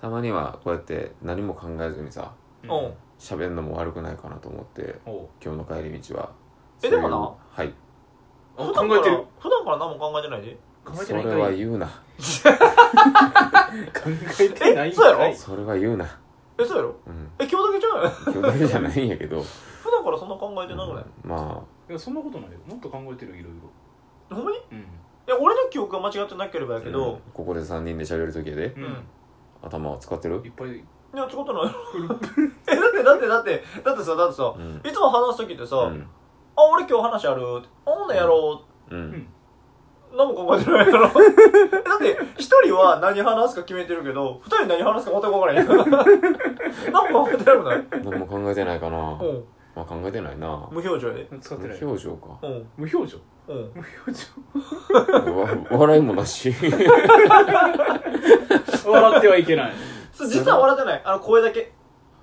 たまにはこうやって何も考えずにさうおう喋るのも悪くないかなと思っておう今日の帰り道はえでもなそういうはいあ普段考かえてらる普段から何も考えてないで考えそてないれんかいは言うな考えてないんかいえそれは言うなえそうやろうんえ今日だけじゃない今日だけじゃないんやけど 普段からそんな考えてなくないまいやそんなことないよもっと考えてるよいろいろほんまにうんいや俺の記憶が間違ってなければやあけど、ここで3人で喋る時やでううんん頭を使ってるいっぱいいや使ってない えだってだってだってだってさだってさうんいつも話す時ってさ、うんあ俺今日話あるあほんなんやろううんんう何も考えてないやろ だって一人は何話すか決めてるけど二人何話すか全く分からへん 何も考えてなくない何も考えてないかなうんまあ考えてないな無表情やで使ってない無表情かうん無表情うん無表情 わ笑いもなし 笑ってはいけないそう実は笑ってないあの声だけ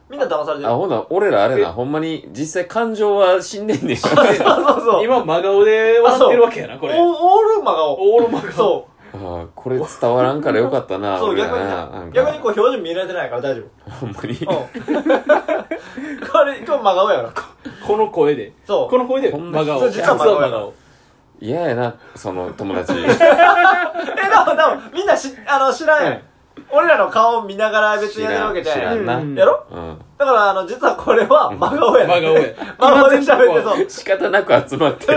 みんな騙されてるあほな俺らあれなほんまに実際感情は死んでんねんあそうそうそう今真顔で笑ってるわけやなこれおオールマ顔オール真顔そーこれ伝わらんからよかったうな そう俺ら逆になななんか逆にこう表情見られてないから大丈ほんまに夫うんこれ今日真顔やからこの声でそうこの声でこんな真顔そう実は真顔や実は嫌やなその友 達え、でも、でも、みんなし、あの、知らんやん。俺らの顔を見ながら別にやってるわけじゃ知らない。んなうんやろうんだから、あの、実はこれは真顔や真ね顔や 真顔で今全部喋ってそう。仕方なく集まって 仕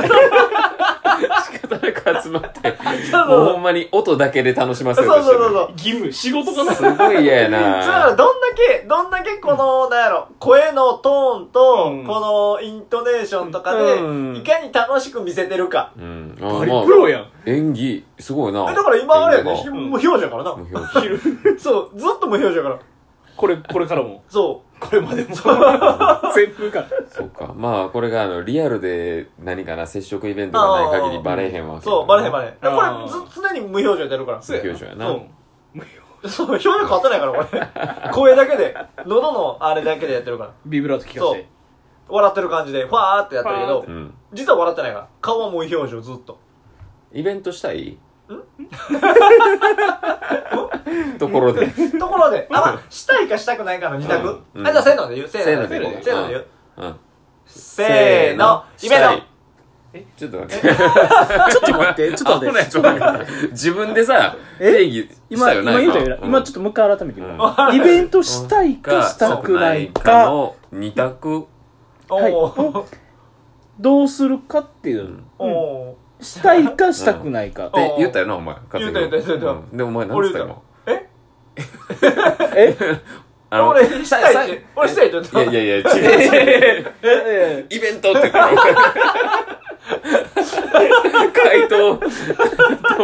方なく集まってそうもうそほんまに音だけで楽しませうそう。ようそとうしてそうるそ義務仕うそう。事かなすごい嫌やだから、などんだけ、どんだけこの、なんやろ、声のトーンと、うんこの、イントネーションとかうんで、いかに楽しく見せてるか。うんあバーリまあプロやん演技すごいなえ、だから今あれ演やね技、が無表情やからな無。表情昼そう、ずっと無表情やから。これこれから もそこれまで も全部からそうかまあこれがあのリアルで何かな接触イベントがない限りバレへんわう、けそう、バレへんバレへん。でこあーれ、ず、常に無表情でやるから。無表情やなそうそう、表情変わってないから、俺。声だけで、喉のあれだけでやってるから。ビブラート聞かそせうて笑ってる感じで、ファーってやってるけファどう、ん実は笑ってないから。顔はもう表情ずっと。イベントした いところでところで、あ、まあ、したいかしたくないかの二択う。んあ、じゃあせーので言う。せーのせでー言のでう。せーので言う。うんせーの、イベントえちょっと待って。ちょっと待って、ちょっと待って。ちょっと待って。 自分でさ、定義し今、たよ今な。言うたよな。今ちょっっともう一回改めて言うわ。うんイベントしたいかしたくないか、の二択。。はいおー。どうするかっていううんうんおー。したいかしたくないかう。んで、言ったよな、お前。言った言った言った言ったうんで、お前何つった俺言のええあの俺したいってさ俺したいって言ったいやいやいや、違う違う。えイベントって言 ったの俺回答、回答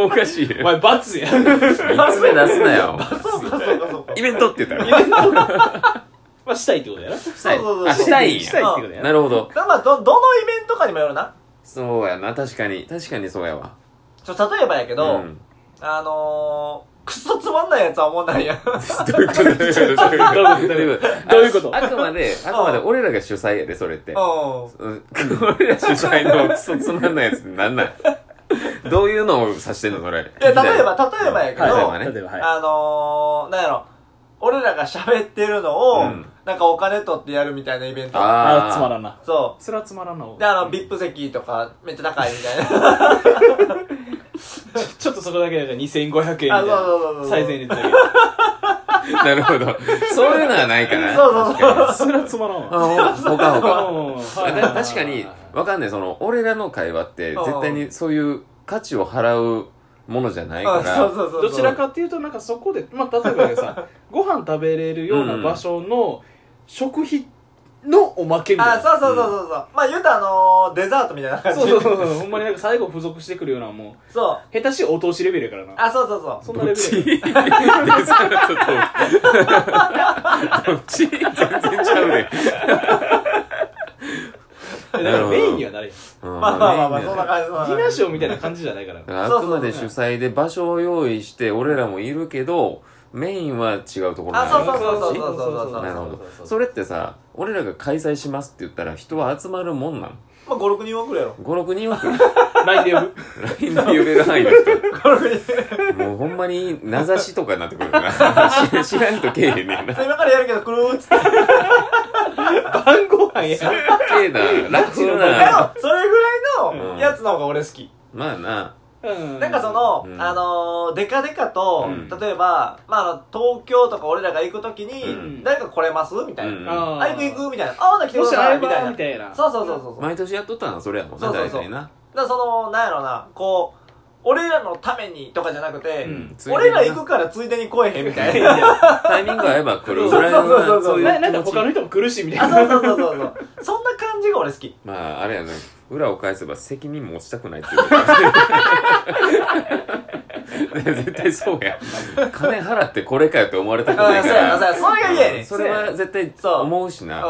おかしいよ。お前罰や三つ目出すなよ。そうかそうかそうか。イベントって言ったの まあしたいってことやなしたい。そうそうそうあ、したいんしたいや。ってことやなるほど。だからまあ、ど、どのイベントかにもよるな。そうやな、確かに。確かにそうやわ。ちょ、例えばやけうど、ん。あのー、くそつまんないやつは思んないやん。どういうことどういうことどういうことどういうことあくまで、あくまで俺らが主催やで、それって。おー。うん俺ら主催のクソつまんないやつってなんなんどういうのを指してんの、それ。いや、例えば、例えばやえけえ。はい例えば、ねど例えば、はあのー、なんやろ、俺らが喋ってるのを、うんなんかお金取ってやるみたいなイベント。い。ああーー、つまらんな。そそれはつまらんなう。で、あの、ビップ席とか、めっちゃ高いみたいな。ちょっとそこだけだから2500円みたいあ、そうなそうそうそう。最前列だけなるほど。そういうのはないかな。 そうそうそう確 かにそれはつまらんわあほほかほか。うんた確かに、わかんない。その、俺らの会話って、絶対にそういう価値を払うものじゃないかあら。そうそうそうそう。どちらかっていうとなんかそこで、まあ、例えばさご飯食べれるような場所の食費のおまけみたあ、いな、そうそうそうそうそう。まあ、言うとあのー、デザートみたいな感じ。そうそうそうそうほんまになんか最後付属してくるようなもうそう。下手しいお通しレベルやからなあ、そうそうそう。そんなレベルやデザートと どっち全然ちゃうで、だからメインにはなれやうんまあまあまあまあ、そんな感じ。そデんィな感ナーじショーみたいな感じじゃないからだからあくまで主催で場所を用意して俺らもいるけどメインは違うところにあ、そうそうあそうそうるそうそうそうそう。なるほそうそうそうどそれってさ俺らが開催しますって言ったら人は集まるもんなんまあ56人は来るや ろ56人は来る LINE で呼ぶ LINE で揺れる範囲の人56人 もうほんまに名指しとかになってくるから知らん とけえへんねんな今からやるけど来るっつって晩ご飯やけえな楽でなもそれぐらいのやつの方が俺好き、まあなうんなんかその、うんあのーデカデカと、うん例えば、まあ、あの東京とか俺らが行くときに、うん誰か来れますみたいな、うんあーあ行く行くみたいなあほな来てくもだしさ会いえみたいばなみたいなそうそうそうそうそうだか毎年やっとったなそれやもんなそうそう大そう体ならそのなんやろなこう俺らのためにとかじゃなくて、うん俺ら行くからついでに来えへんみたいいなやタイミング合えば来るぐらいのな そうそうそうそうそういうなな気んか持ち他の人も苦しいみたあいなそうそうそうそうそうそんな感じが俺好きまああれやね裏を返せば責任も落ちたくないっていうか 絶対そうや金払ってこれかよって思われたくなあいそかうやなそうらやそれが嫌やねんそれは絶対そう思うしな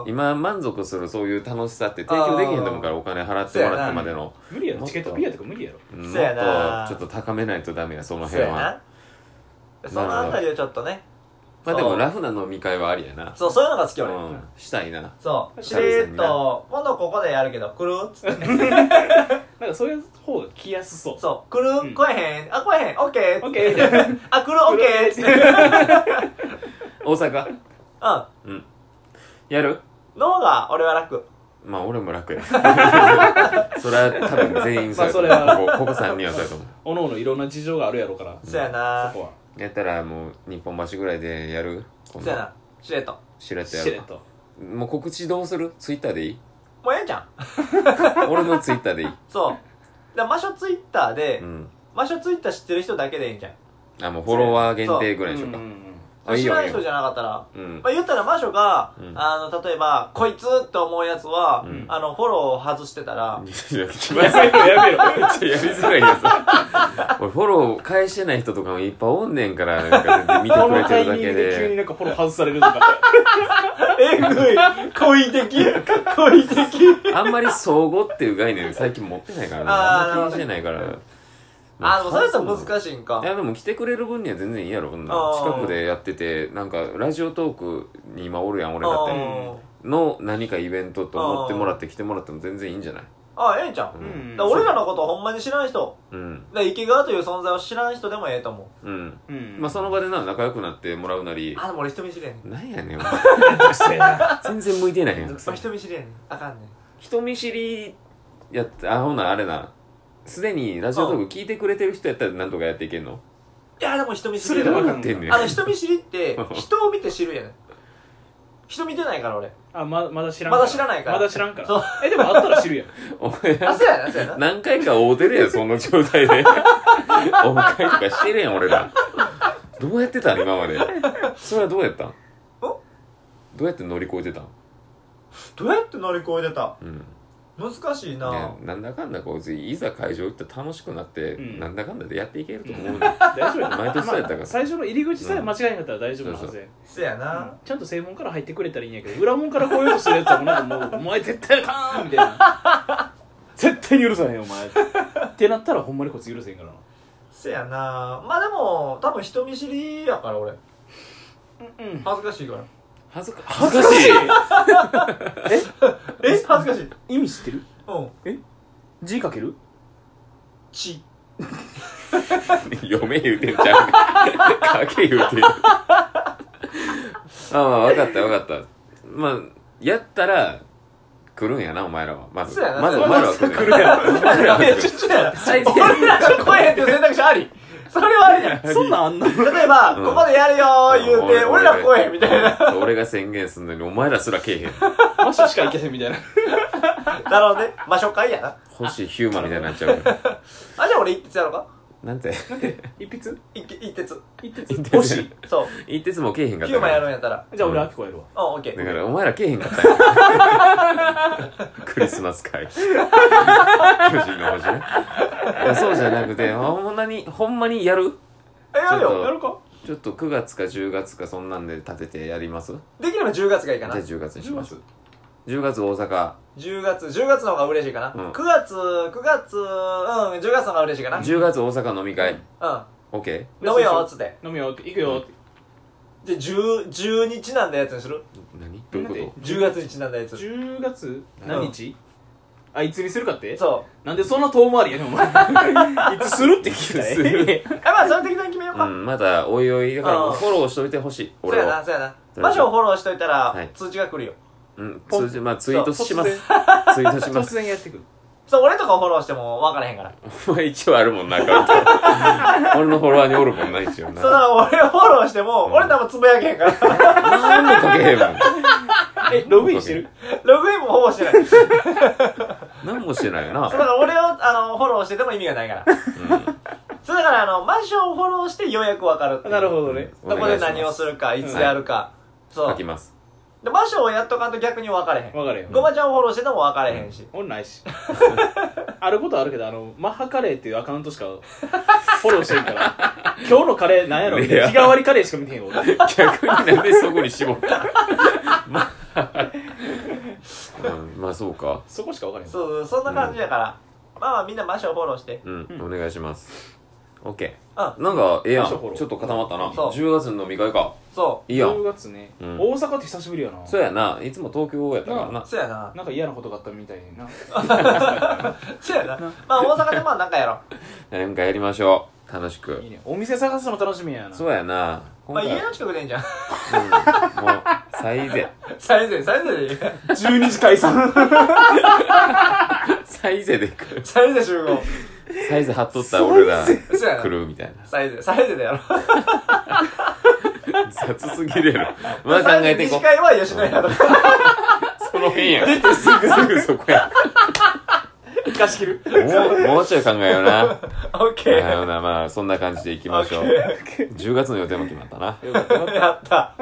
うん今満足するそういう楽しさって提供できへんと思うからお金払ってもらってまでの無理やろチケットピアとか無理やろうんもっそうやなとちょっと高めないとダメやそのそう辺やはなそのあたりをちょっとねまあでもラフな飲み会はありやなそうそういうのが好きう俺、んしたいなそうし久々にれなーっと今度ここでやるけど来るっつってなんかそういう方が来やすそうそう来る、うん来えへんあ来えへんオッケーっつ オっッてケーみたいなあ来るオッケーっつってうん大阪やるの方が俺は楽まあ俺も楽やそれは多分全員そうやと思う、まあそれここここ3人はそうやと思 おのおのいろんな事情があるやろからそうやなそこはうやったらもう日本橋ぐらいでやるそうやなしれっと知らってやしれるっともう告知どうするツイッターでいいもうええんじゃん俺のツイッターでいいそうだから魔女ツイッターで、うん魔女ツイッター知ってる人だけでいいんじゃんあもうフォロワー限定ぐらいでしょうかんんんあいい知よらいないい人よじゃなかったらうん まあ言ったら魔女が、うんあの、例えば、こいつって思うやつは、うんあの、フォローを外してたら、いや気まやずいめろやちめろょやりづらいやつ俺フォロー返してない人とかもいっぱいおんねんからなんか全然見てこくれてのタるイだミンけグ で急にでなんかフォロー外されるとかえぐい 好意的好意的あんまり相互っていう概念最近持ってないからあーなあんま気にしてないからあ、でもそれとい難しいんかい。やでも来てくれる分には全然いいやろこんなあー近くでやっててなんかラジオトークに今おるやん俺だっうてんの何かイベントと思ってもらって来てもらっても全然いいんじゃないあ、ええんちゃん。うだかんら俺らのことをほんまに知らん人。うんだから池川という存在を知らん人でもええと思う。うんうんまあその場でな仲良くなってもらうなりあ、でも俺人見知りやねん。なんやねんおうっせえな前全然向いてないやめんどんくさ俺い人見知りやねん。あかんねん。人見知りやってあほんならあれなすでにラジオトーク聞いてくれてる人やったらなんとかやっていけんのいや、でも人見知そりれやねでん分かわかんっなていんねんあの、人見知りって、人を見て知るやねん。人見てないから俺。あままだ知らんからまだ知らないからまだ知らんからそうえでもあったら知るやんお前あ、そうやな、そうやな。何回か会うてるやんその状態でお迎えとかしてるやん俺らどうやってたん今までそれはどうやったんどうやって乗り越えてたんどうやって乗り越えてたうん難しいいなやなんだかんだこういざ会場行って楽しくなって、うんなんだかんだでやっていけると思うねん大丈夫や毎年そうやったからまあ最初の入り口さえ間違えなかったら大丈夫なはそうずやそうやう。なんちゃんと正門から入ってくれたらいいんやけど裏門から来ようとするやつはもうなんかもう「お前絶対あかん!」みたいな 「絶対に許さへんお前」ってなったらほんまにこいつ許せへんからなせやなまあでも多分人見知りやから俺うんうん恥ずかしいから恥ずか恥ずか しいえ恥ずかしい意味知ってるうん字かける血読め言うてんちゃう書け言うてん あまあ分かった分かったまあやったら来るんやなお前らはまずそうやなまずそうお前らやなは来るんやお前らは来るんやちゃいや最低俺らの声っていう選択肢ありそれはありねそんなんあんの例えば、うんここでやるよー言うて、俺ら来えへんみたいな。な俺が宣言すんのにお前らすらけえへんマシしか行けへんみたいななるほどね。まあ、初回やな。星ヒューマンみたいになっちゃうからあ、じゃあ俺一徹やろうかなん て一筆一一徹。一一筆徹欲しいそう。一徹もけえへんかっ九たか枚やらるんやったら。じゃあ俺アキコやるわうん、オッケだー。からお前らけえへんかったんや クリスマス会巨人の星ねいやそうじゃなくてほんまにほんまにやるえ、やるちょっよ。やるかちょっと9月か10月かそんなんで立ててやりますじできれば10月がいいかゃなあ。10月にしましょう10月大阪10月、10月の方が嬉しいかな。うん9月、9月、うん、10月の方が嬉しいかな。 10月大阪飲み会うん。 OK 飲むよ、つって。飲むよって行くよってじゃあ、10、10にちなんだやつにする何どういうこなんでと ?10 月にちなんだやつ。 10月何日あいつにするかってそうなんでそんな遠回りやねんお前 いつするって聞いたらする えええまあそれ適当に決めよううか、ん、まだおいおいだからうんフォローしといてほしいそう俺やなをそうやな場所をフォローしといたら、はい通知が来るようん通じまあツイートそうします突ツイートしま突す然やって くるそう俺とかをフォローしても分からへんからお前一応あるもんなアカウント俺のフォロワーにおるもんないしよなそうだから俺をフォローしても、ん俺多分つぶやけへんから何もかけへんもんえログインしてるログインもほぼしてないそう何もしてないよなだから俺をあのフォローしてても意味がないからそうだからあのマンションをフォローしてようやく分かるっていうなるほどねうんどこでお願いします何をするかいつやるか、うんそ書きうますでマンションをやっとかんと逆に分かれへん分かれへんごまちゃんをフォローしてても分かれへんし、俺ないしあることはあるけどあのマッハカレーっていうアカウントしかフォローしてんから今日のカレーなんやろみたいな日替わりカレーしか見てへんよ俺逆になんでそこに絞ったまあ、うん、まあそうかそこしか分からへんそうそうそんな感じやから、まあまあみんなマンションをフォローしてうん、お願いします OK うんなんかええやんちどうしょようフォローっと固まったなそう10月の飲み会かそいいやん10月ね、うん大阪って久しぶりやなそうやないつも東京やったからな うそうやななんか嫌なことがあったみたいでなそうやなまあ大阪でまあなんかやろうなんかやりましょう楽しくいいねお店探すの楽しみやなそうやな今まあ回、家の近くでいいんじゃうんん、もう最善最善最善でいい12時解散 最善で行く最善集合最善貼っとったら俺ら最そうやな来るみたい最善最善でやろうな雑すぎるやろまあ考えていこう最善二次会は吉野家とかその辺や出てすぐすぐそこや貸し切るもうもうちょい考えようなオッケなーよな まあそんな感じでいきましょう10月の予定も決まったなよかったよかったやった